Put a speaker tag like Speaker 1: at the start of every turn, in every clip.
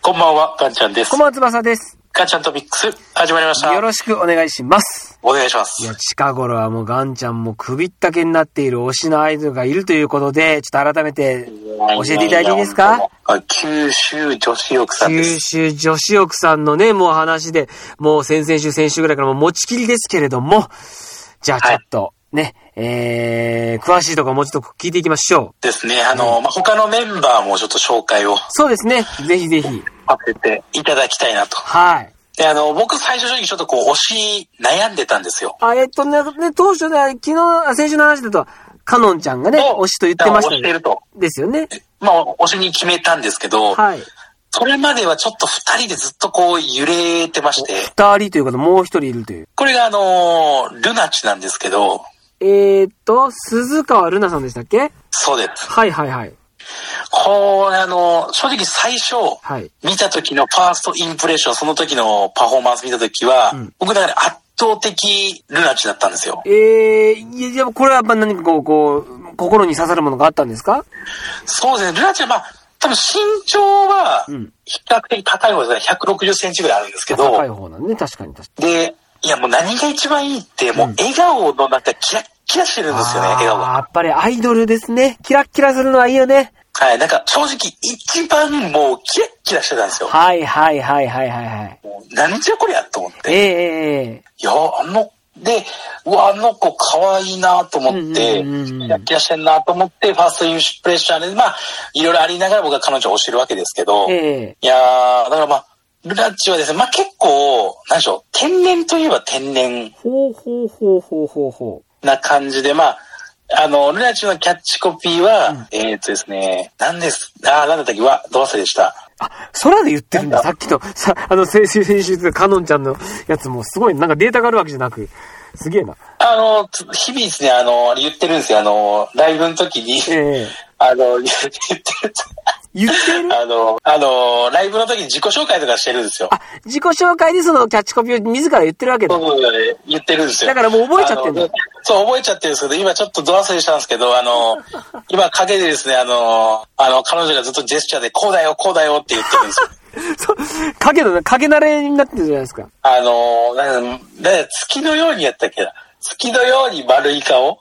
Speaker 1: こんばんは、ガンちゃんです
Speaker 2: こん。ばんは、翼です。
Speaker 1: ガンちゃんトピックス、始まりました。
Speaker 2: よろしくお願いします。
Speaker 1: お願いしま
Speaker 2: い
Speaker 1: す。
Speaker 2: や、近頃はもうガンちゃんも首ったけになっている推しのアイドルがいるということで、ちょっと改めて教えていただいていいですか
Speaker 1: あ九州女子浴さんで
Speaker 2: 九
Speaker 1: す。
Speaker 2: 州女子浴さんのね、もう話で、もう先々週、先週ぐらいからもう持ちきりですけれども、じゃあちょっとね、えー、詳しいところもうちょっと聞いていきましょう。
Speaker 1: ですね。あの、まあ、他のメンバーもちょっと紹介をさ
Speaker 2: そうですね、ぜひぜひ。
Speaker 1: せていただきたいなと。
Speaker 2: はい。
Speaker 1: で、あの、僕最初正直ちょっとこう、推し悩んでたんですよ。
Speaker 2: あ、えっとね、ね当初ね、昨日、あ先週の話だと、カノンちゃんがね、推しと言ってました
Speaker 1: 推して
Speaker 2: ね
Speaker 1: ると。
Speaker 2: ですよね。
Speaker 1: まあ、推しに決めたんですけど、
Speaker 2: はい。
Speaker 1: それまではちょっと二人でずっとこう、揺れてまして、
Speaker 2: 二人ということ、もう一人いるという。
Speaker 1: これがあの、ルナチなんですけど、
Speaker 2: えーっと、鈴川ルナさんでしたっけ
Speaker 1: そうです。
Speaker 2: はいはいはい。
Speaker 1: これあの、正直最初、
Speaker 2: はい。
Speaker 1: 見た時のファーストインプレッション、その時のパフォーマンス見た時は、
Speaker 2: ん
Speaker 1: 僕だから圧倒的ルナチだったんですよ。
Speaker 2: えー、いや、でもこれはやっぱ何かこう、こう、心に刺さるものがあったんですか
Speaker 1: そうですね、ルナチはまあ、多分身長は
Speaker 2: うん
Speaker 1: 比較的高い方ですね、160センチぐらいあるんですけ
Speaker 2: 高い
Speaker 1: ど、
Speaker 2: 方なんでね、確かに確か
Speaker 1: で、いやもう何が一番いいって、もう笑顔のなんかキラッキラしてるん
Speaker 2: に。
Speaker 1: ですよね、
Speaker 2: あー
Speaker 1: 笑顔が。
Speaker 2: やっぱりアイドルですね。キラッキラするのはいいよね。
Speaker 1: はい、なんか正直一番もうキラッキラしてたんですよ。
Speaker 2: はいはいはいはいはいはい。
Speaker 1: もう何じゃこりゃと思って。
Speaker 2: えー、え
Speaker 1: いや、あの、で、うわ、あの子可愛いなと思って、
Speaker 2: うんうんうんう
Speaker 1: キ
Speaker 2: ん
Speaker 1: ラキラしてんなと思って、ファーストインプレッシャーで、まあ、いろいろありながら僕は彼女を推してるわけですけど、
Speaker 2: ー、え
Speaker 1: いやー、だからまあ、ルナッチはですね、まあ結構、何でしょう、天然といえば天然
Speaker 2: ー、ほうほうほうほうほうほう。
Speaker 1: な感じで、まあ、あの、ルナッチのキャッチコピーは、えーっとですね、何です、あー、何だったっけ、わ、どう忘れでした。
Speaker 2: あ、空で言ってる んだ。さっきの、さ、あの、先週先週、カノンちゃんのやつもすごい、なんかデータがあるわけじゃなく、すげえな。
Speaker 1: あの、つ日々ですね、あの、言ってるんですよ、あの、ライブの時に、
Speaker 2: ええ
Speaker 1: あの、言ってる。
Speaker 2: 言ってる
Speaker 1: あの、あの、ライブの時に自己紹介とかしてるんですよ。
Speaker 2: あ、自己紹介でそのキャッチコピーを自ら言ってるわけだ。
Speaker 1: そうそう言ってるんですよ。
Speaker 2: だからもう覚えちゃってんだ
Speaker 1: あのそう、覚えちゃってるんですけど、今ちょっとド忘れしたんですけど、あ の、今陰でですね、あの、あの、彼女がずっとジェスチャーで、こうだよ、こうだよって言ってるん ですよ。
Speaker 2: そう影の、影慣れになってるじゃないですか。
Speaker 1: あの、なんだなんだ月のようにやったっけな。月のように丸い 顔。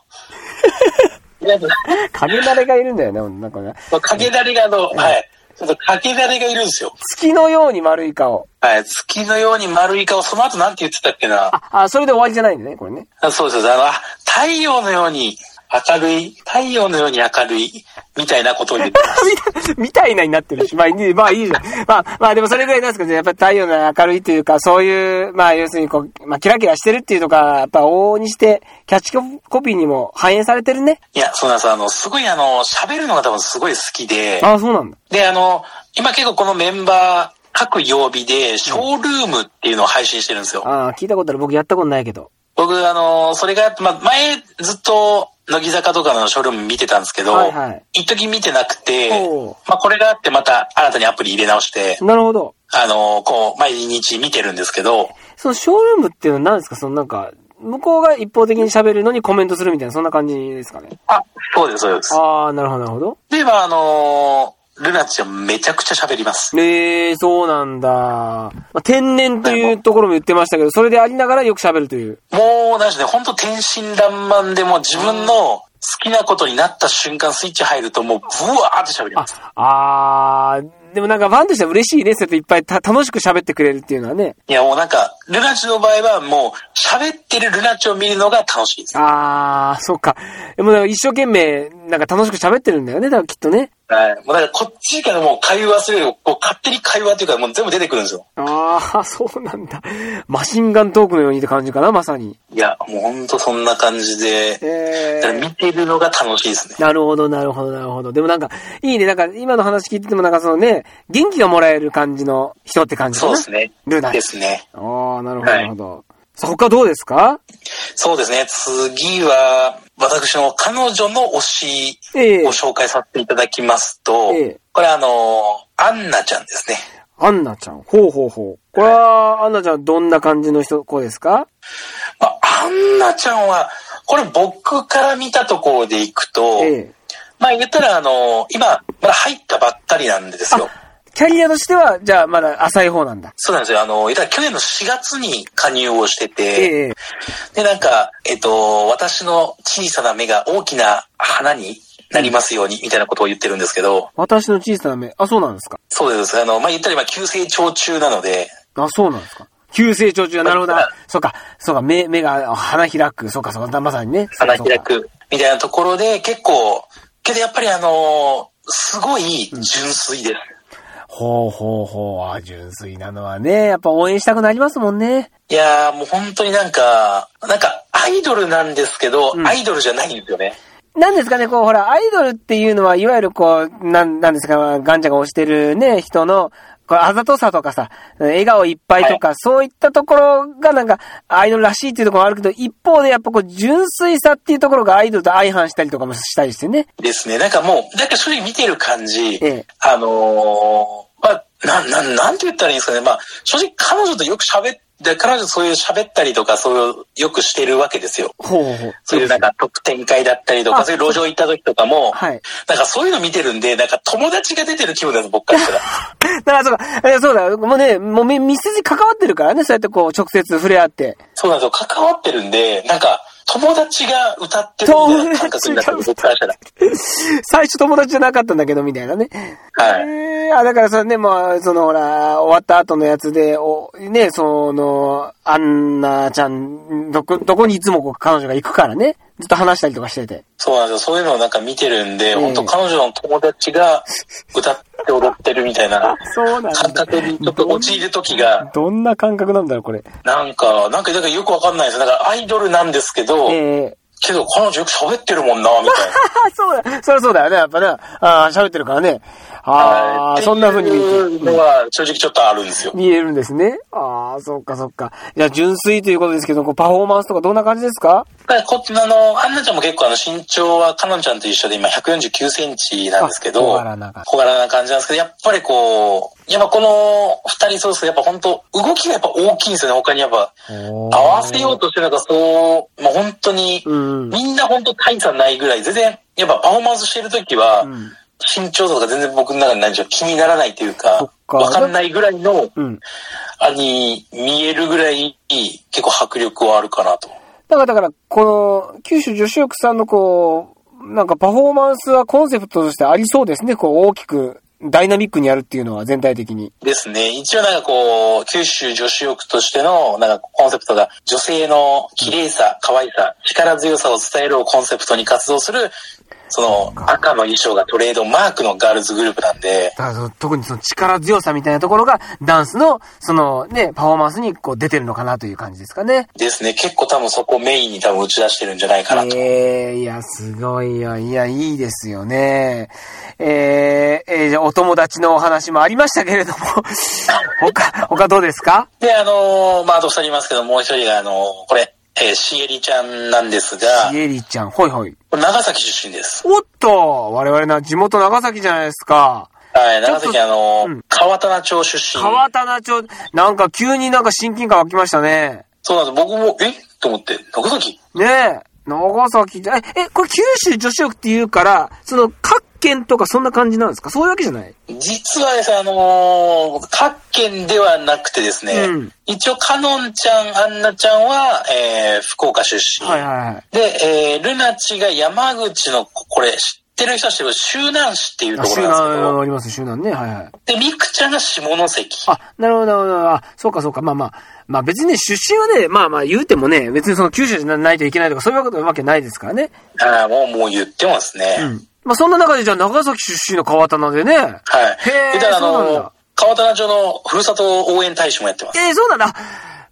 Speaker 1: なんか
Speaker 2: 影慣れがいるんだよね、ほんとなんかね。
Speaker 1: 影だれがあの、はい。ちょっと影だれがいるんですよ。
Speaker 2: 月のように丸い顔。
Speaker 1: はい。月のように丸い顔、その後なんて言ってたっけな。
Speaker 2: あ、あ、それで終わりじゃないんだね、これね。
Speaker 1: あそうです。あの、あ太陽のように明るい、太陽のように明るい、みたいなことを言って、
Speaker 2: みたいみたいなになってるし、まあいい、まあいいじゃん。まあ、まあでもそれぐらいなんですけど、ね、やっぱり太陽の明るいというか、そういう、まあ要するにこう、まあキラキラしてるっていうとか、やっぱ往々にして、キャッチコピーにも反映されてるね。
Speaker 1: いや、そうなんです。あの、すごいあの、喋るのが多分すごい好きで、
Speaker 2: ああ、そうなんだ。
Speaker 1: で、あの、今結構このメンバー、各曜日で、ショールームっていうのを配信してるんですよ。
Speaker 2: ああ、聞いたことある。僕やったことないけど。
Speaker 1: 僕、あの、それが、まあ、前、ずっと、乃木坂とかのショールーム見てたんですけど、
Speaker 2: はいはい
Speaker 1: 一時見てなくて
Speaker 2: おう、
Speaker 1: まあ、これがあってまた新たにアプリ入れ直して、
Speaker 2: なるほど。
Speaker 1: あの、こう、毎日見てるんですけど、
Speaker 2: そのショールームっていうのは何ですかそのなんか、向こうが一方的に喋るのにコメントするみたいな、そんな感じですかね。
Speaker 1: あ、そうです、そうです。
Speaker 2: あー、なるほど、なるほど。
Speaker 1: で、まあ、あのールナちゃんめちゃくちゃ喋ります。
Speaker 2: えー、そうなんだ。まあ、天然というところも言ってましたけど、それでありながらよく喋るという。
Speaker 1: もう、なんしね、ほんと天真爛漫でもう自分の好きなことになった瞬間スイッチ入るともうブワーって喋ります。
Speaker 2: あー、でもなんかファンとしては嬉しいね。そうやっていっぱいた楽しく喋ってくれるっていうのはね。
Speaker 1: いや、もうなんか、ルナチの場合はもう喋ってるルナチを見るのが楽しいです。
Speaker 2: あー、そっか。でもなんか一生懸命、なんか楽しく喋ってるんだよね、だからきっとね。
Speaker 1: はい。もうだからこっちからもう会話するよりこう勝手に会話っていうかもう全部出てくるんですよ。
Speaker 2: あー、そうなんだ。マシンガントークのようにって感じかな、まさに。
Speaker 1: いや、もうほんとそんな感じで、
Speaker 2: え
Speaker 1: だから見てるのが楽しいですね。
Speaker 2: なるほど、なるほど、なるほど。でもなんか、いいね。なんか、今の話聞いててもなんかそのね、元気がもらえる感じの人って感じか
Speaker 1: そう
Speaker 2: な。
Speaker 1: ですね。
Speaker 2: ルナ
Speaker 1: ですね。
Speaker 2: ああ、なるほど、
Speaker 1: はい
Speaker 2: なるほど。さあ他どうですか
Speaker 1: そうですね。次は、私の彼女の推し
Speaker 2: ええ
Speaker 1: を紹介させていただきますと、
Speaker 2: ええ
Speaker 1: これあのアンナちゃんですね。
Speaker 2: アンナちゃん。ほうほうほう。これは、アンナちゃんどんな感じの人、子ですか
Speaker 1: まあ、アンナちゃんは、これ僕から見たところでいくと、
Speaker 2: ええ
Speaker 1: まあ言ったらあの今、まだ入ったばっかりなんですよ。
Speaker 2: あ、キャリアとしては、じゃあまだ浅い方なんだ。
Speaker 1: そうなんですよ。あの、いた去年の4月に加入をしてて、
Speaker 2: ええ
Speaker 1: で、なんか、えっと、私の小さな目が大きな花になりますように、みたいなことを言ってるんですけど、
Speaker 2: 私の小さな目。あ、そうなんですか。
Speaker 1: そうです。あの、まあ、言ったら今、急成長中なので、
Speaker 2: あ、そうなんですか。急成長中。なるほど。あそうか。そうか。目、目が、あ花開く。そうか、そうか。まさにね。そう
Speaker 1: 花
Speaker 2: か
Speaker 1: 開。く、みたいなところで、結構、けどやっぱりあの、すごい純粋です。
Speaker 2: ほうほうほう。あ、純粋なのはね。やっぱ応援したくなりますもんね。
Speaker 1: いやー、もう本当になんか、なんか、アイドルなんですけど、
Speaker 2: うん
Speaker 1: アイドルじゃないんですよね。
Speaker 2: なんですかね、こう、ほら、アイドルっていうのは、いわゆるこう、なん、なんですか、ガンジャが推してるね、人の、こうあざとさとかさ、笑顔いっぱいとか、そういったところがなんか、アイドルらしいっていうところがあるけど、一方でやっぱこう、純粋さっていうところがアイドルと相反したりとかもしたりしてね。
Speaker 1: ですね。なんかもう、なんか正直見てる感じ、
Speaker 2: ええ
Speaker 1: あのーまあ、なん、なん、なんて言ったらいいんですかね。まあ、正直彼女とよく喋っで彼女とそういう喋ったりとか、そういう、よくしてるわけですよ。
Speaker 2: ほうほうほう。
Speaker 1: そういうなんか特典会だったりと
Speaker 2: あ
Speaker 1: か、そういう路上行った時とかも、
Speaker 2: はい。
Speaker 1: なんかそういうの見てるんで、なんか友達が出てる気分です、僕からした ら。
Speaker 2: だからそうか、えそうだ、もうね、もうみ密接に関わってるからね、そうやってこう、直接触れ合って。
Speaker 1: そうなんですよ。関わってるんで、なんか、友達が歌ってるみたいな感覚になってる、
Speaker 2: 友達が
Speaker 1: 僕からしたら。
Speaker 2: 最初友達じゃなかったんだけど、みたいなね。
Speaker 1: はい。
Speaker 2: えーあ、だからさ、ね、まあ、そのほら、終わった後のやつで、お、ね、その、アンナちゃん、どこ、どこにいつもこう彼女が行くからね、ずっと話したりとかしてて。
Speaker 1: そうなんですよ。そういうのをなんか見てるんで、
Speaker 2: うん
Speaker 1: 本当彼女の友達が歌って踊ってるみたいな
Speaker 2: そうなん
Speaker 1: 感覚にちょっと陥る時が、
Speaker 2: どんな感覚なんだろう、これ。
Speaker 1: なんか、なんか、なんかよくわかんないです。だからアイドルなんですけど、
Speaker 2: えー、
Speaker 1: けど彼女よく喋ってるもんな、みたいな。
Speaker 2: あ、そうだ、そりゃそうだよね、やっぱね、あー喋ってるからね。 あ
Speaker 1: は
Speaker 2: あ、
Speaker 1: い
Speaker 2: そんな風に見
Speaker 1: ってい
Speaker 2: て
Speaker 1: うのは正直ちょっとあるんですよ。
Speaker 2: 見えるんですね。ああ、そっかそっか。じゃあ、純粋ということですけど、こうパフォーマンスとかどんな感じですか
Speaker 1: だからこっちのあの、アンナちゃんも結構あの身長は彼女ちゃんと一緒で今149センチなんですけど、
Speaker 2: あ小柄な感じ
Speaker 1: 小柄な感じなんですけど、やっぱりこう、やっぱこの二人そうですけど、やっぱ本当動きがやっぱ大きいんですよね、他にやっぱ。
Speaker 2: 合
Speaker 1: 合わせようとしてなんかそう、まあ本当に、
Speaker 2: うん。
Speaker 1: みんな本当大差ないぐらい、全然、やっぱパフォーマンスしてるときは、
Speaker 2: うん
Speaker 1: 身長差とか全然僕の中に何でしょう、気にならないという
Speaker 2: そ
Speaker 1: か
Speaker 2: っ、か
Speaker 1: わかんないぐらいの、
Speaker 2: うん。
Speaker 1: あに見えるぐらい、結構迫力はあるかなと。
Speaker 2: だから、だから、この、九州女子力さんのこう、なんかパフォーマンスはコンセプトとしてありそうですね。こう、大きく、ダイナミックにやるっていうのは全体的に。
Speaker 1: ですね。一応なんかこう、九州女子力としての、なんかコンセプトが、女性の綺麗さ、可愛さ、力強さを伝えるをコンセプトに活動する、その赤の衣装がトレードマークのガールズグループなんで、
Speaker 2: だからその、特にその力強さみたいなところが、ダンスの、そのね、パフォーマンスにこう出てるのかなという感じですかね。
Speaker 1: ですね。結構多分そこをメインに多分打ち出してるんじゃないかなと。
Speaker 2: ええいや、すごいよ。いや、いいですよね。えー、えーじゃあお友達のお話もありましたけれども、 他、他どうですか
Speaker 1: で、あのーまあ、あと二人いますけど、もう一人が、あのーこれ、えーシエリちゃんなんですが、
Speaker 2: シエリちゃん、ほいほい。
Speaker 1: これ長崎出身です。
Speaker 2: おっと我々な、地元長崎じゃないですか。
Speaker 1: はい、
Speaker 2: ちょ
Speaker 1: 長
Speaker 2: っと
Speaker 1: 崎、あのー
Speaker 2: うん
Speaker 1: 川棚町出身。
Speaker 2: 川棚町、なんか急になんか親近感湧きましたね。
Speaker 1: そうなんです。僕も、えと思って、長崎
Speaker 2: ねえ、長崎じゃ、え、え、これ九州女子力っていうから、その各県とかそんな感じなんですかそういうわけじゃない
Speaker 1: 実はですね、あのー各県ではなくてですね、
Speaker 2: うん
Speaker 1: 一応、かのんちゃん、あんなちゃんは、えー福岡出身。
Speaker 2: はいはいはい。
Speaker 1: で、えールナチが山口の、これ、知ってる人は知ってる、周南市っていう
Speaker 2: あ
Speaker 1: とこ
Speaker 2: 周
Speaker 1: ろなんですけど
Speaker 2: 南あります、周南ね。はいはい。、
Speaker 1: で、みくちゃんが下関。
Speaker 2: あ、なるほど、なるほど。あ、そうか、そうか。まあまあ。まあ別にね、出身はね、まあまあ言うてもね、別にその九州じゃないといけないとか、そういうわけわけないですからね。
Speaker 1: ああ、もう、もう言ってますね。
Speaker 2: うん。まあそんな中で、じゃあ長崎出身の川棚でね。
Speaker 1: はい。
Speaker 2: へー
Speaker 1: でだからあ
Speaker 2: そうなん
Speaker 1: の
Speaker 2: だ、
Speaker 1: 川棚町のふるさと応援大使もやってます。
Speaker 2: ええそうなんだ。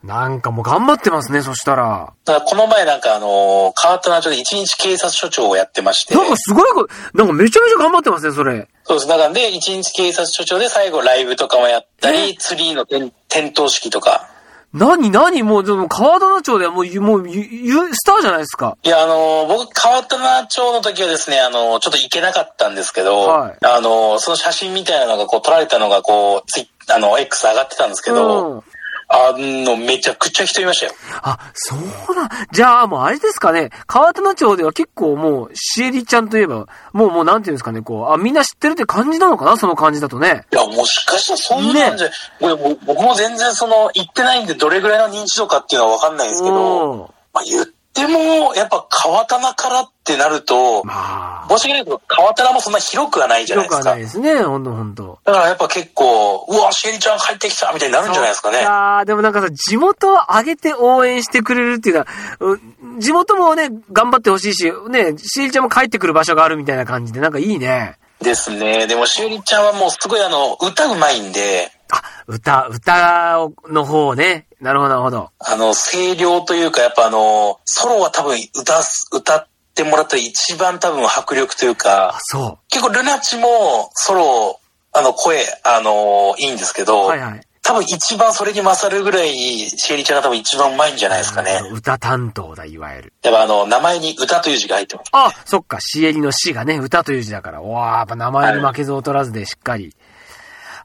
Speaker 2: なんかもう頑張ってますね、そしたら。
Speaker 1: だからこの前なんかあの、川棚町で一日警察署長をやってまして、
Speaker 2: なんかすごいこと、なんかめちゃめちゃ頑張ってますね、それ。
Speaker 1: そうです。だからで、一日警察署長で最後ライブとかもやった
Speaker 2: え
Speaker 1: り、ツリーの点点灯式とか。
Speaker 2: 何何もう、でも川棚町ではもう、もう、ゆゆスターじゃないですか。
Speaker 1: いや、あの、僕、川棚町の時はですね、あの、ちょっと行けなかったんですけど、
Speaker 2: はい
Speaker 1: あの、その写真みたいなのがこう撮られたのがこう、ツイあの、X 上がってたんですけど、
Speaker 2: うん。
Speaker 1: ああの、めちゃくちゃ人いましたよ。
Speaker 2: あ、そうだ。じゃあ、もうあれですかね。川棚町では結構もう、シエリちゃんといえば、もうもうなんていうんですかね、こう、あ、みんな知ってるって感じなのかなその感じだとね。
Speaker 1: いや、もしかしたらそういう感じで、これ僕僕も全然その、行ってないんで、どれぐらいの認知度かっていうのはわかんないですけど、
Speaker 2: うん
Speaker 1: まあ、言っても、やっぱ川棚からってなると、
Speaker 2: まあ、
Speaker 1: 申し訳ないけど、川棚もそんな広くはないじゃな
Speaker 2: よ
Speaker 1: い
Speaker 2: く
Speaker 1: で
Speaker 2: は
Speaker 1: すか
Speaker 2: ない。ですね。ほんとほんと。
Speaker 1: だからやっぱ結構、うわ、シエリちゃん入ってきたみたいになるんじゃないですかね
Speaker 2: い。やーでもなんかさ、地元を上げて応援してくれるっていうのは、うん地元もね、頑張ってほしいし、ね、シエリちゃんも帰ってくる場所があるみたいな感じで、なんかいいね。
Speaker 1: ですね。でも、しおりちゃんはもうすごいあの、歌うまいんで、
Speaker 2: あ、歌、歌をの方ね。なるほど、なるほど。
Speaker 1: あの、声量というか、やっぱあの、ソロは多分歌す、歌ってもらったら一番多分迫力という
Speaker 2: あ
Speaker 1: か、、
Speaker 2: そ
Speaker 1: 結構ルナチもソロ、あの、声、あの、いいんですけど、
Speaker 2: う。はいはい。
Speaker 1: 多分一番それに勝るぐらい、しおりちゃんが多分一番うまいんじゃないですかね
Speaker 2: あ。の歌担当だ、いわゆる。
Speaker 1: やっぱあの、名前に歌という字が入ってます。
Speaker 2: あ、そっか、シエリの死がね、歌という字だから。わあ、やっぱ名前に負けず劣らずでしっかり。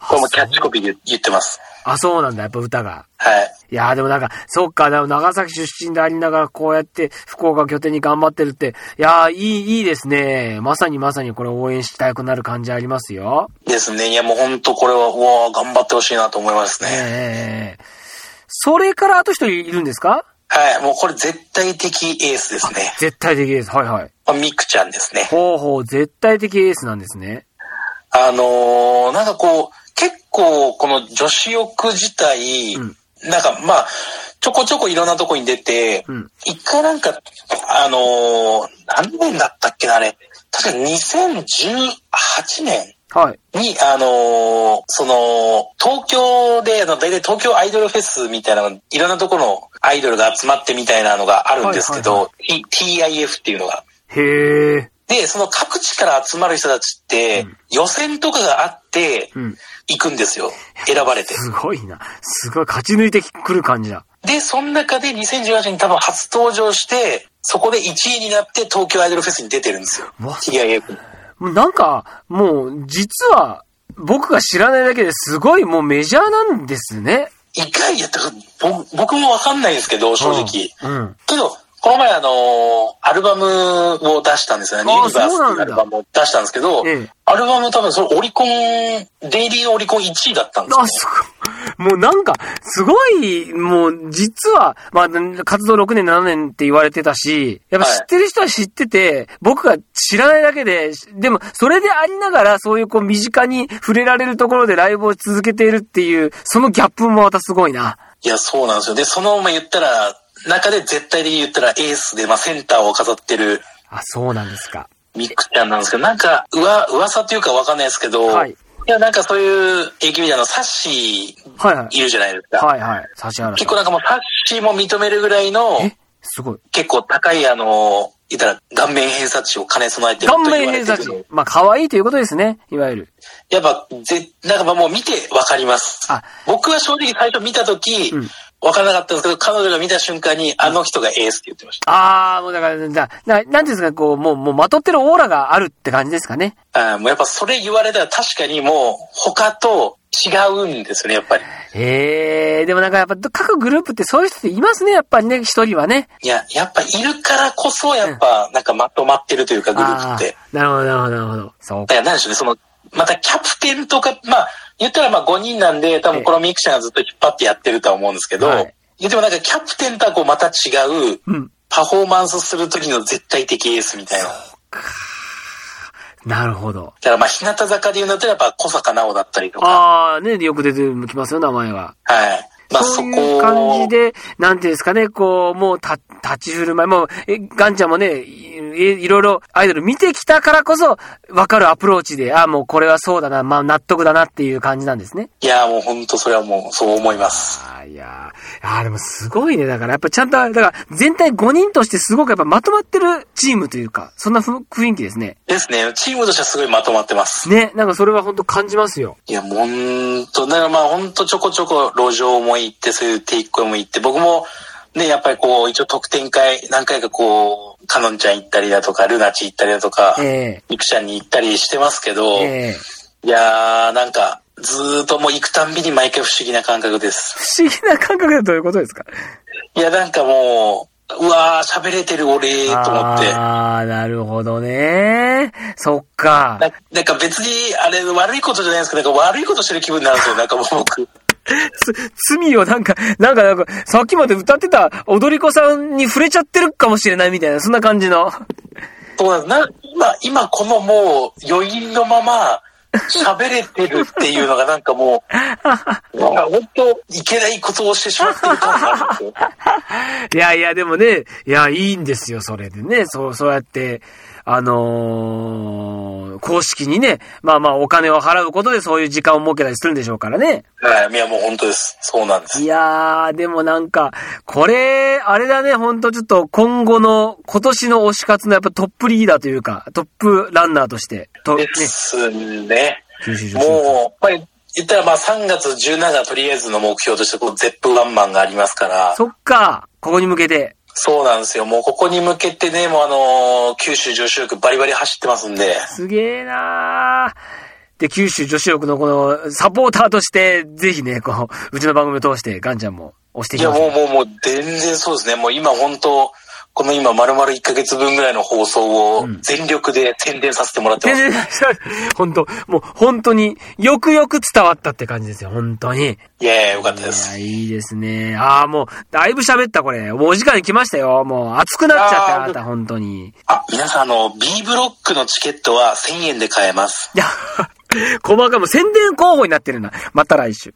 Speaker 1: これもキャッチコピーで言ってます。
Speaker 2: あ、そうなんだ、やっぱ歌が。
Speaker 1: はい。
Speaker 2: いやーでもなんか、そっか、でも長崎出身でありながらこうやって福岡を拠点に頑張ってるって、いやーいい、いいですね。まさにまさにこれ応援したくなる感じありますよ。
Speaker 1: ですね。いや、もうほんとこれは、うわー頑張ってほしいなと思います
Speaker 2: え
Speaker 1: ね。
Speaker 2: えそれからあと一人いるんですか
Speaker 1: はい、もうこれ絶対的エースですね。
Speaker 2: 絶対的です。はいはい。
Speaker 1: まあ、ミクちゃんですね。
Speaker 2: ほうほう、絶対的エースなんですね。
Speaker 1: あのーなんかこう、結構この女子浴自体、
Speaker 2: うん
Speaker 1: なんかまあ、ちょこちょこいろんなとこに出て、
Speaker 2: うん。
Speaker 1: 一回なんか、あのー何年だったっけな、あれ。確か2018年
Speaker 2: はい。
Speaker 1: に、あのーその、東京で、あの、大体東京アイドルフェスみたいなの、いろんなところのアイドルが集まってみたいなのがあるんですけど、
Speaker 2: はい
Speaker 1: T- TIF っていうのが。
Speaker 2: へえ。
Speaker 1: で、その各地から集まる人たちって、予選とかがあって、
Speaker 2: うん。
Speaker 1: 行くんですよ。選ばれて。
Speaker 2: すごいな。すごい、勝ち抜いてくる感じだ。
Speaker 1: で、その中で2018年に多分初登場して、そこで1位になって東京アイドルフェスに出てるんですよ。
Speaker 2: うわ
Speaker 1: TIF。
Speaker 2: もうなんか、もう、実は、僕が知らないだけですごいもうメジャーなんですね。
Speaker 1: 一回やったか僕僕もわかんないですけど、正直。
Speaker 2: うん。うん。
Speaker 1: けど、この前あのーアルバムを出したんですよね。
Speaker 2: あー
Speaker 1: ユニバースって
Speaker 2: そうなん
Speaker 1: いう
Speaker 2: だ
Speaker 1: アルバムを出したんですけど、
Speaker 2: ええ
Speaker 1: アルバム多分それオリコン、デイリーオリコン1位だったんですよ、
Speaker 2: あ、すごい。もうなんか、すごい、もう、実は、まあ、活動6年、7年って言われてたし、やっぱ
Speaker 1: はい
Speaker 2: 知ってる人は知ってて、僕が知らないだけで、でも、それでありながら、そういうこう、身近に触れられるところでライブを続けているっていう、そのギャップもまたすごいな。
Speaker 1: いや、そうなんですよ。で、そのまま言ったら、中で絶対的に言ったらエースで、まあセンターを飾ってる
Speaker 2: あ、そうなんですか。
Speaker 1: ミクちゃんなんですけど、なんか、うわ、噂っていうかわかんないですけど、
Speaker 2: はい
Speaker 1: や、なんかそういう AKB であの、サッシ
Speaker 2: はいはい
Speaker 1: ー。いるじゃないですか。
Speaker 2: はいはい。指原さん。
Speaker 1: 結構なんかもうサッシーも認めるぐらいの、
Speaker 2: えすごい。
Speaker 1: 結構高いあの、言ったら顔面偏差値を兼ね備えてると
Speaker 2: 顔
Speaker 1: 言われ
Speaker 2: 面
Speaker 1: てる
Speaker 2: 偏差値。まあ、可愛いということですね。いわゆる。
Speaker 1: やっぱ、ぜ、なんかまあもう見てわかります。
Speaker 2: あ、
Speaker 1: 僕は正直最初見たとき、
Speaker 2: うん
Speaker 1: わからなかったんですけど、彼女が見た瞬間に、あの人がエースって言ってまし
Speaker 2: ああ、もうだから、な、ななんていうんですか、こう、もう、もう、まとってるオーラがあるって感じですかね。
Speaker 1: た。あーもうやっぱそれ言われたら確かにもう、他と違うんですよね、やっぱり。
Speaker 2: ええでもなんかやっぱ、各グループってそういう人っていますね、やっぱりね、一人はね。
Speaker 1: いや、やっぱいるからこそ、やっぱ、なんかまとまってるというか、グループ
Speaker 2: あ
Speaker 1: って。
Speaker 2: あ、なるほど、なるほど、なるほど。そう
Speaker 1: だからなんでしょうね、その、またキャプテンとか、まあ、言ったらまあ5人なんで、多分このミクちゃんがずっと引っ張ってやってるとは思うんですけど、
Speaker 2: はい
Speaker 1: 言ってもなんかキャプテンとはこうまた違う、
Speaker 2: うん。
Speaker 1: パフォーマンスする時の絶対的エースみたいな。だ
Speaker 2: なるほど。
Speaker 1: からまあ、日向坂で言うんだったらやっぱ小坂直だったりとか、
Speaker 2: ああ、ね、よく出てきますよ、名前は。
Speaker 1: はい。まあそ
Speaker 2: そ
Speaker 1: こ
Speaker 2: う
Speaker 1: を
Speaker 2: いう感じで、なんていうんですかね、こう、もう、た、立ち振る舞い、もう、え、ガンちゃんもね、いいろいろアイドル見てきたからこそ、わかるアプローチで、ああ、もうこれはそうだな、まあ、納得だなっていう感じなんですね。
Speaker 1: いや、もう本当それはもうそう思います。
Speaker 2: ああ、いやー、あーでもすごいね。だから、やっぱちゃんと、だから、全体5人としてすごくやっぱまとまってるチームというか、そんなふ雰囲気ですね。
Speaker 1: ですね。チームとしてはすごいまとまってます。
Speaker 2: ね、なんかそれは本当感じますよ。
Speaker 1: いや、もうほんと、だからまあほんとちょこちょこ路上も行って、そういうテイクも行って、僕もね、やっぱりこう、一応特典会、何回かこう、かのんちゃん行ったりだとか、ルナチ行ったりだとか、
Speaker 2: え
Speaker 1: ミクちゃんに行ったりしてますけど、
Speaker 2: ええ
Speaker 1: い
Speaker 2: え
Speaker 1: やー、なんか、ずーっともう行くたんびに毎回不思議な感覚です。
Speaker 2: 不思議な感覚でどういうことですか
Speaker 1: いや、なんかもう、うわー、喋れてる俺、と思って。
Speaker 2: ああ、なるほどね。そっか。
Speaker 1: ななんか別に、あれ、悪いことじゃないんですけど、なんか悪いことしてる気分になるんですよ、なんかもう僕。
Speaker 2: つ、罪をなんか、なんかなんか、さっきまで歌ってた踊り子さんに触れちゃってるかもしれないみたいな、そんな感じの。
Speaker 1: そうなんです。な、今、今このもう、余韻のまま、喋れてるっていうのがなんかもう、なんか本当、いけないことをしてしまってる感があるんですよ。
Speaker 2: いやいや、でもね、いや、いいんですよ、それでね。そう、そうやって、あのー公式にね、まあまあお金を払うことでそういう時間を設けたりするんでしょうからね。
Speaker 1: はい、いや、もう本当です。そうなんです。
Speaker 2: いやー、でもなんか、これ、あれだね、ほんとちょっと今後の、今年の推し活のやっぱトップリーダーというか、トップランナーとして、と、ね
Speaker 1: で、すね。
Speaker 2: 九州女子
Speaker 1: もう、まあ、言ったらまあ3月17がとりあえずの目標として、こう、ゼップワンマンがありますから、
Speaker 2: そっか、ここに向けて。
Speaker 1: そうなんですよ。もうここに向けてね、もうあのー九州女子力バリバリ走ってますんで、
Speaker 2: すげえなーで、九州女子力のこのサポーターとして、ぜひね、こう、うちの番組を通して、ガンちゃんも押してい
Speaker 1: い
Speaker 2: き
Speaker 1: や
Speaker 2: ます
Speaker 1: もうもうもう全然そうですね。もう今本当、この今丸々1ヶ月分ぐらいの放送を全力で宣伝させてもらってます。
Speaker 2: 全然、 本当もう本当に、よくよく伝わったって感じですよ、本当に。
Speaker 1: いやいや、よかったで
Speaker 2: い
Speaker 1: す。
Speaker 2: や、いいですね。ああ、もう、だいぶ喋った、これ。もうお時間に来ましたよ。もう、熱くなっ
Speaker 1: い
Speaker 2: ちゃっ
Speaker 1: や
Speaker 2: た、
Speaker 1: ー
Speaker 2: あなた、本当に。
Speaker 1: あ、皆さんあの、B ブロックのチケットは1000円で買えます。
Speaker 2: いや、細かいもう宣伝候補になってるな。また来週。